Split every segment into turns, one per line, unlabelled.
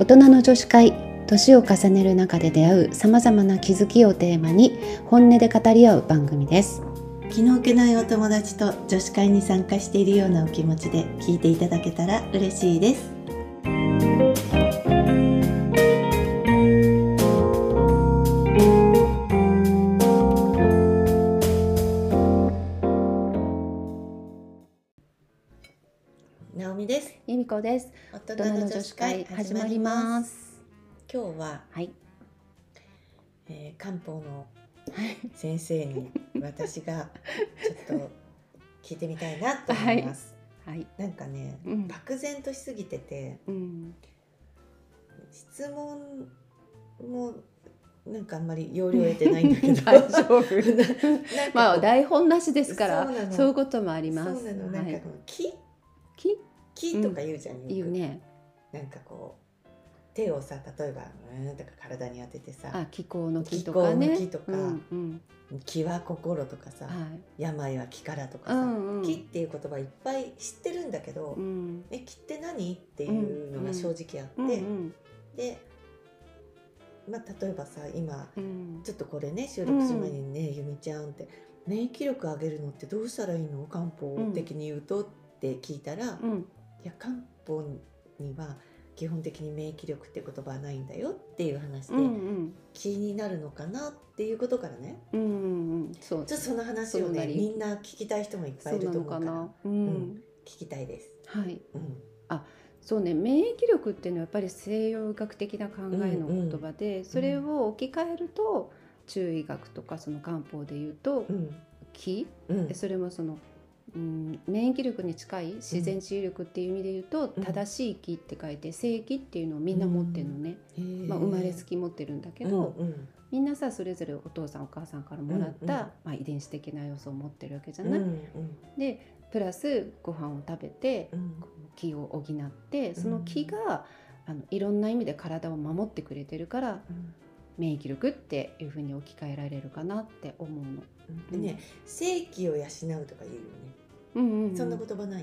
人の女子会年を重ねる中で出会うさまざまな気づきをテーマに本音で語り合う番組です
気の置けないお友達と女子会に参加しているようなお気持ちで聞いていただけたら嬉しいですなおみです
由美子です
大
大人の女子会始まります
今日は、
はい
えー、漢方の
はい
先生に私がちょっと聞いてみたいなと思います、
はい
なんかね
うん
漠然としすぎてて
うん
質問もなんかあんまり要領得てないんだけ ど
大丈夫
ななんかこう
まあ台本なしですから
そうなの
そういうこともあります
そうなの、
は
なん
い
かこの木
き
木とか言うじゃん、
いい
よ
よ
く
ね
なんかこう手をさ例えばうーんとか体に当ててさ
あ気候の木とかね
気候の木とか
うんうん
気は心とかさ
はい
病は気からとか
う
さ、
んうん
木っていう言葉いっぱい知ってるんだけど、
うん
え木って何っていうのが正直あって、
うんうん
で、まあ、例えばさ今
うん
ちょっとこれね収録する前にね、ゆみちゃんって免疫力上げるのってどうしたらいいの漢方的に言うとって聞いたら、
う
い
ん
や漢方には基本的に免疫力って言葉はないんだよっていう話で、
うんうん
気になるのかなっていうことからね
うんうんうんそう
ちょっとその話
そ
を
うな
ね
り
みんな聞きたい人もいっ
そ
ぱいういる
な
と
の
思うか
からなう
うん
ん
聞きたいです。
はい
うん
そうね免疫力っていうのはやっぱり西洋医学的な考えの言葉でそれを置き換えると中医学とかその漢方でいうと
うん
気
うん
でそれもその、うん、免疫力に近い自然治癒力っていう意味で言うと、
うん
正しい気って書いて正気っていうのをみんな持ってるのね、
へー
まあ、生まれつき持ってるんだけど、
うん
みんなさそれぞれお父さんお母さんからもらった、
うんうん
まあ、遺伝子的な要素を持ってるわけじゃ
うん
な
う
い、
ん
でプラスご飯を食べて
うん
気を補ってその気が、あのいろんな意味で体を守ってくれてるから
うん
免疫力っていうふうに置き換えられるかなって思うの。
でね正気を養うとか言うよね、
うんうんうん、
そんな言葉ない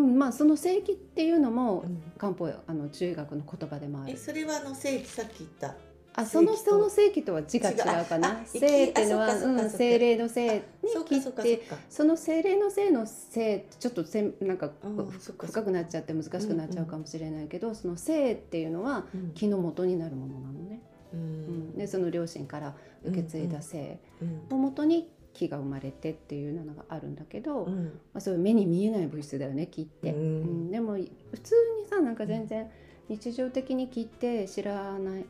うんまあ、その正規っていうのも
うん
漢方あの中医学の言葉でもあ
え
る。
それはあの正気さっき言った
あその
正規と
その正規とは字が違うか
違うあ
な
あ。
正っていうのは
生きあ
う
そっかそっか
ん精霊の精に
そうか
切
そう
っ
かそ
て
うか
その精霊の精の精ってちょっとせんなんか
うん
ふ
そっか
深くなっちゃって難しくなっちゃうかもしれないけど、その精っていうのは
うん
気の元になるものなのね。
う
うんん、でその両親から受け継いだ精
うん
のもとに気が生まれてっていうのがあるんだけど、
う
ま
ん
あ、そういう目に見えない物質だよね気って。
う
うんん、でも普通にさなんか全然日常的に聞いて知らない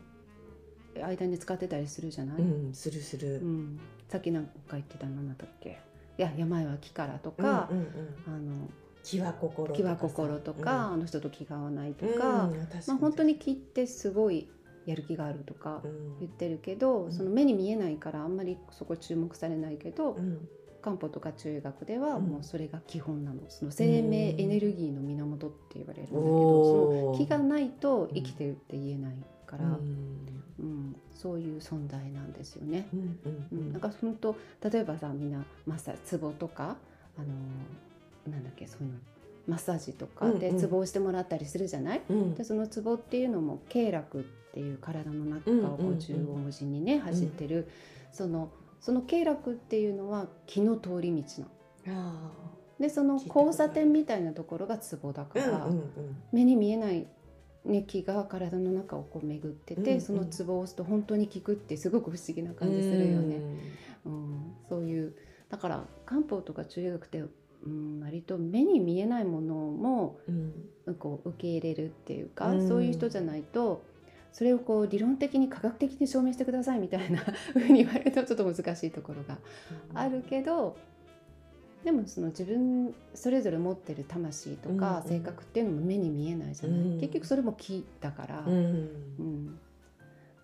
間に使ってたりするじゃない、
うんするする、
うんさっきなんか言ってたのなんだっけいや病は気からとか
う、んうんうん
あの
気は心とか
気
さ
は心とか、、あの人と気が合わないと
うんうん、
か、ま
確か
あ、本当に気ってすごいやる気があるとか
うん
言ってるけど、
うん
その目に見えないからあんまりそこ注目されないけど、
うん
漢方とか中医学では
うん
もうそれが基本なの、その生命エネルギーの源って言われるんだけど、そ
お
の
ー
気がないと生きてるって言えないから、う
うんん
そういう存在なんですよね。
うん
う
う
んん、なんか本当例えばさみんなマッサージツボとかあのーなんだっけそういうのマッサージとかで
うんうん
ツボをしてもらったりするじゃない、
うん
でそのツボっていうのも経絡っていう体の中をこ
うんうんう
うん縦横無尽にね走ってる、そのその経絡っていうのは気の通り道なの。
あ
でその
聞いたことある
交差点みたいなところがツボだ
ー
か
う
ら、
んうんうん
目に見えない、ね、気が体の中をこう巡ってて、
うんうん
そのツボを押すと本当に効くってすごく不思議な感じするよね。うんそういうだから漢方とか中医学って、うん、割と目に見えないものも
うんうん
うんこう受け入れるっていうか、
うん
そういう人じゃないと。それをこう理論的に科学的に証明してくださいみたいな ふうに言われるとちょっと難しいところがあるけどでもその自分それぞれ持ってる魂と
うん
か
うん
性格っていうのも目に見えないじゃない、
うん
結局それも気だから、
う
うんん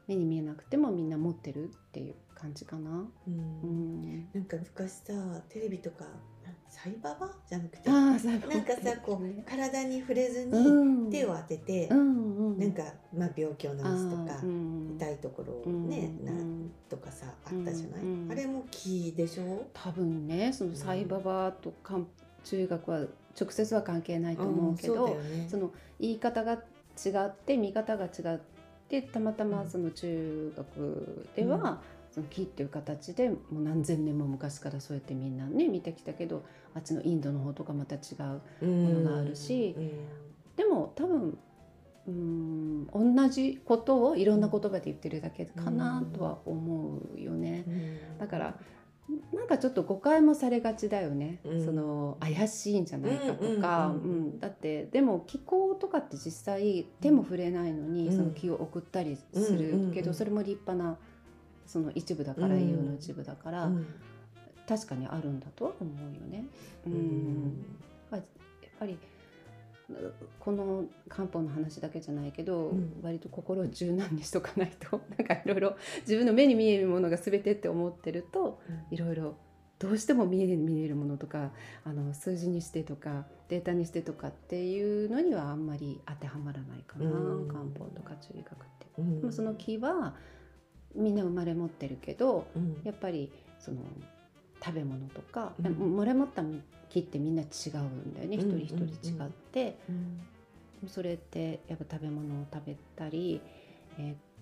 目に見えなくてもみんな持ってるっていう感じかな。
う
うんん、
なんか昔さテレビとかなんサイババじゃなくて
ああさなん
なんかさこう体に触れず
う
に
ん、
手を当てて、
うんうん、
なんか、まあ、病気を治すと
あ
か
ー、うん
痛いところをね、
うん
な
うん
とかさあったじゃない、
うんうん
あれも気でしょ
多分ねそのサイババと漢中学は直接は関係ないと思うけど、
んそうだよね
その言い方が違って見方が違ってたまたまその中学では、
うん
その木っていう形でもう何千年も昔からそうやってみんなね見てきたけどあっちのインドの方とかまた違う
も
のがあるしでも多分うーん同じことをいろんな言葉で言ってるだけかなとは思うよね。だからなんかちょっと誤解もされがちだよね、
うん
その怪しいんじゃないかとか、
うんうんうんうん
うんだってでも気候とかって実際手も触れないのに、
うん
その気を送ったりするけど、
うんうんうん
それも立派なその一部だから、
うん
栄養の一部だから、
うん
確かにあるんだとは思うよね。う
うんん
やっぱりうこの漢方の話だけじゃないけど、
うん
割と心を柔軟にしとかないとなんかいろいろ自分の目に見えるものが全てって思ってるといろいろどうしても見える見えるものとかあの数字にしてとかデータにしてとかっていうのにはあんまり当てはまらないかな、
うん
漢方とか中医学って。
うん
でもその気はみんな生まれ持ってるけど
うん
やっぱりその食べ物とか、
うん
生まれ持った木ってみんな違うんだよね、
うん
一人一人違って。
うん
それってやっぱ食べ物を食べたり、えー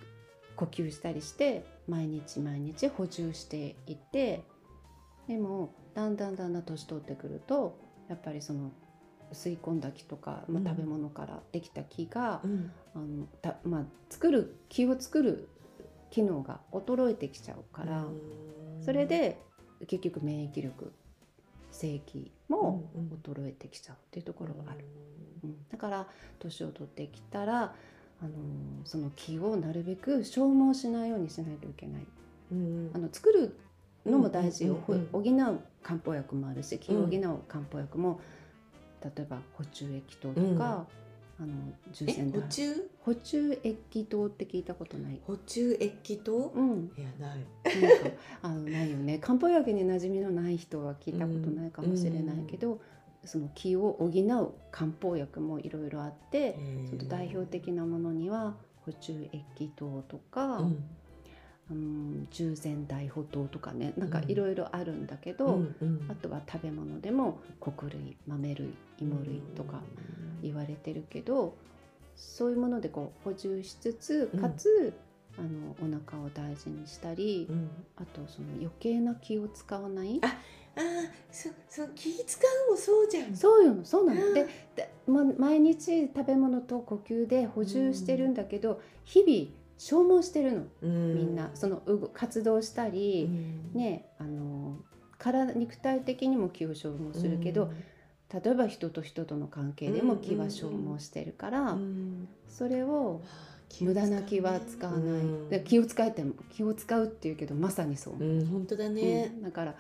呼吸したりして毎日毎日補充していてでもだんだんだんだん年取ってくるとやっぱりその吸い込んだ木とか、ま
うん
あ、食べ物からできた木が
う、ん
あのたまあ、作る木を作る機能が衰えてきちゃうから、
うん
それで結局免疫力性器も
うんうん
衰えてきちゃうっていうところがある。うんだから年を取ってきたら、あのーその気をなるべく消耗しないようにしないといけない
うん
あの作るのも大事よ、
うんうんうん
ほ補う漢方薬もあるし気を補う漢方薬も、例えば補中液糖とか、あの重
え
戦
補
だ
充
補中液糖って聞いたことない
補充液と
うん、
いやない
なんかあのないよね漢方薬に馴染みのない人は聞いたことないかもしれないけど、その気を補う漢方薬もいろいろあって、ちょっと代表的なものには補充液糖とか、
う
うん
ん
従前大補糖とかねなんか
うん
いろいろあるんだけど、
うんうん
あとは食べ物でも穀類豆類芋類とか言われてるけど、そういうものでこう補充しつつ
うん
かつ、あのお腹を大事にしたり、
うん
あとその余計な気を使わない
あああそその気使うもそうじゃん
そうよそうな
うん
のでで、ま、毎日食べ物と呼吸で補充してるんだけど、日々消耗してるの
う
みんな、そのうご活動したり、ねあの体肉体的にも気を消耗するけど、例えば人と人との関係でも気は消耗してるから、
うんうん
それを
気
無
を使うね
駄な気は使わない、
うん
で気を使えっても気を使うっていうけどまさにそう、
うん本当だね
うんだから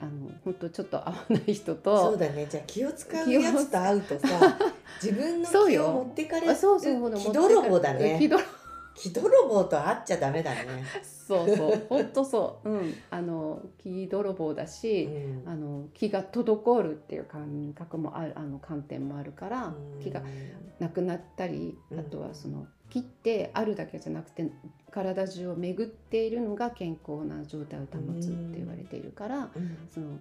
あの本当ちょっと合わない人
そ
と
うだねじゃあ気を使うやつと会うと さ自分の
そう
気を
よ
持ってかれ
あ
る
そうそうほら
気泥棒だ
持ってくる気
ね
泥
気泥棒と会っちゃダメだね
そうそう本当そううんあの気泥棒だし、
うん
あの気が滞るっていう感覚もあるあの観点もあるから気がなくなったり
うん
あとはその気ってあるだけじゃなくて体中を巡っているのが健康な状態を保つって言われているから
うん
その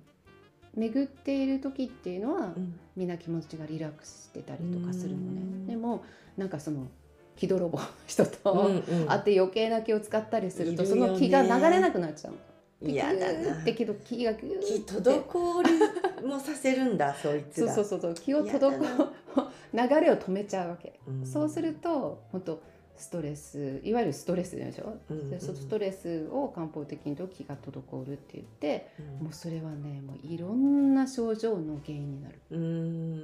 巡っている時っていうのは
うん
みんな気持ちがリラックスしてたりとかするの
う
ね
ん
でもなんかその気泥棒の人
う
と
んうん
会って余計な気を使ったりすると
い
そ
るよね
の気が流れなくなっちゃうの。
嫌
ピ
だ
キュー
な
ってけど気がギューって
気滞りもさせるんだそいつ
そう
ら
そうそうそう気を
嫌
滞
だ
る
な
流れを止めちゃうわけ、
うん
そうすると本当ストレスいわゆるストレスでしょ、
うんうん
でそのストレスを漢方的に言うと気が滞るって言ってもうそれはねもういろんな症状の原因になる
うん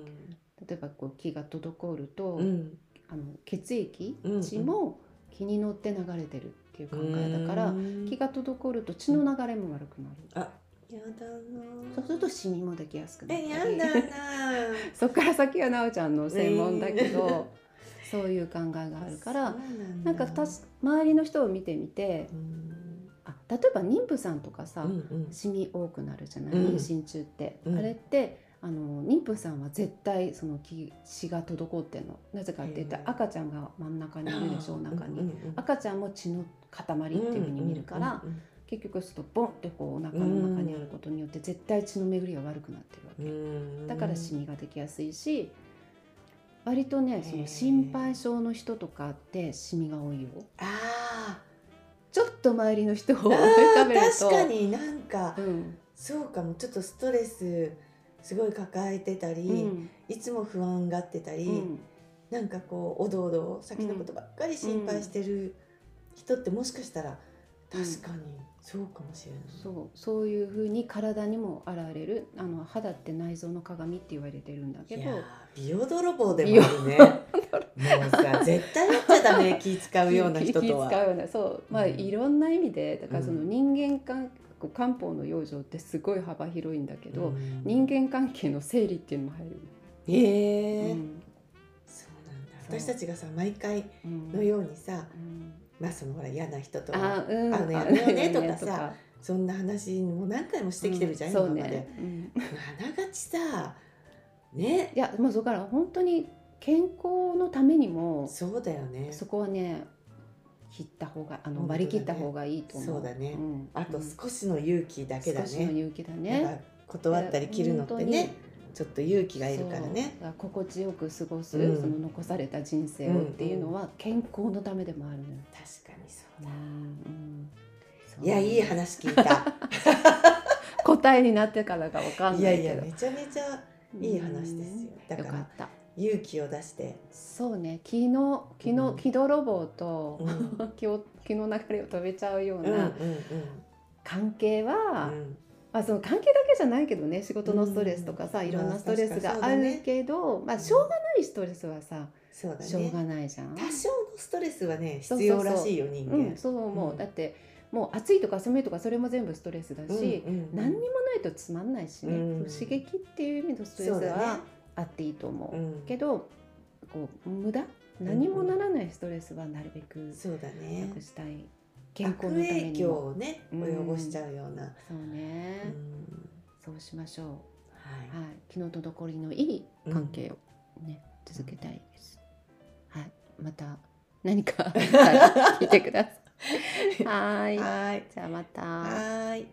例えばこう気が滞ると、
うん
あの血液
うん
血も気に乗って流れてるっていう考えだから、
うん
気が滞ると血の流れも悪くなる、
あやだな
そうするとシミもできやすくなった
え
り
やだな
そっから先はなおちゃんの専門だけど、そういう考え があるから
そう
な
だ
んかたし周りの人を見てみて
うん
あ例えば妊婦さんとかさ、
うんうん
シミ多くなるじゃない
うん
妊娠中って、
うん
あれってあの妊婦さんは絶対その気血が滞ってんのなぜかって言った
へ
ら
ー
赤ちゃんが真ん中にいるでしょお腹に、
うんうんうん
赤ちゃんも血の塊っていうふうに見るから、結局するとボンってこうお腹の中にあることによって絶対血の巡りが悪くなってるわけ
うんうんうんうん
だからシミができやすいし割とねそ
へえ
の心配性の人とかってシミが多いよ
あ
ちょっと周りの人を
ー
思い浮か
あ
べる
ー
と
確かになんか、
うん
そうかもちょっとストレスすごい抱えてたり、
うん
いつも不安がってたり、
うん
なんかこうおどおど先のことばっかり心配してる人ってもしかしたら
うん
確かにそうかもしれない。
そうそういうふうに体にも現れるあの肌って内臓の鏡って言われてるんだけ
い
ど
やー美容泥棒でもあるね。もうさ絶対やっちゃダメ気使うような人とは。
気使うようなそうまあ、
うん
いろんな意味でだからその
うん
人間関こう漢方の養生ってすごい幅広いんだけど、
うん
人間関係の整理っていうのも入る、
へえ、
うん
そうなんだ。
そう
私たちがさ毎回
うん
のようにさ、
うん
まあそのほら嫌な人とは
あうん
あのやめようねとかさそんな話も何回もしてきてるじゃん、
うそう
今まで
ね、。うん
まあながちさね
いやもうだから本当に健康のためにも
そうだよね
そこはね切った方があの
本当だね
割り切った方がいいと思う。
そうだね
ん
あと
うん
少しの勇気だけだ
少しの
ね,、
勇気だ
だから
ね。
断ったり切るのってねちょっと勇気
気
がいるからね。
心地よく過ごす、
うん
その残された人生をっていうのは健康のためでもあるのよ。
確かにそううんだ、
うんそう
いやいい話聞 いた
答えになってからがわかん
い
な
や
い
い
け
や
ど
めちゃめちゃいい話ですよだ
うん
か
よからった
勇気を出して、
そうね気の気の、
うん
気泥棒と
うん、うん
気を気の流れを止めちゃうよう
うんうん
な関係は、
うん
まあ、その関係だけじゃないけどね仕事のストレスとかさ、
うん
いろんなストレスがあるけど、まあ
確かにそう
しょ
だね
うがないストレスはさ、
そうだ
しょう
ね
がないじゃん。
多少のストレスはね
そう
必
そうそう
要らしいよ人間
うん、そう思う、
うん
だってもう暑いとか寒いとかそれも全部ストレスだし、
うんうん
何にもないとつまんないしね、
うん
刺激っていう意味のストレス
そうだ
は
ね
あっていいと思う。
うん
けどこう無駄何もならないストレスはなるべく
そうだね
なくしたい健
悪
康のため
影
に
響
も
をね
うん
及ぼしちゃうような、
そう
う
ね、
ん
そうしましょう
は、
はい気の滞りのいい関係をね、続けたいですはいまた何かはい聞いてくださいはいい
はい
じゃあまた
はい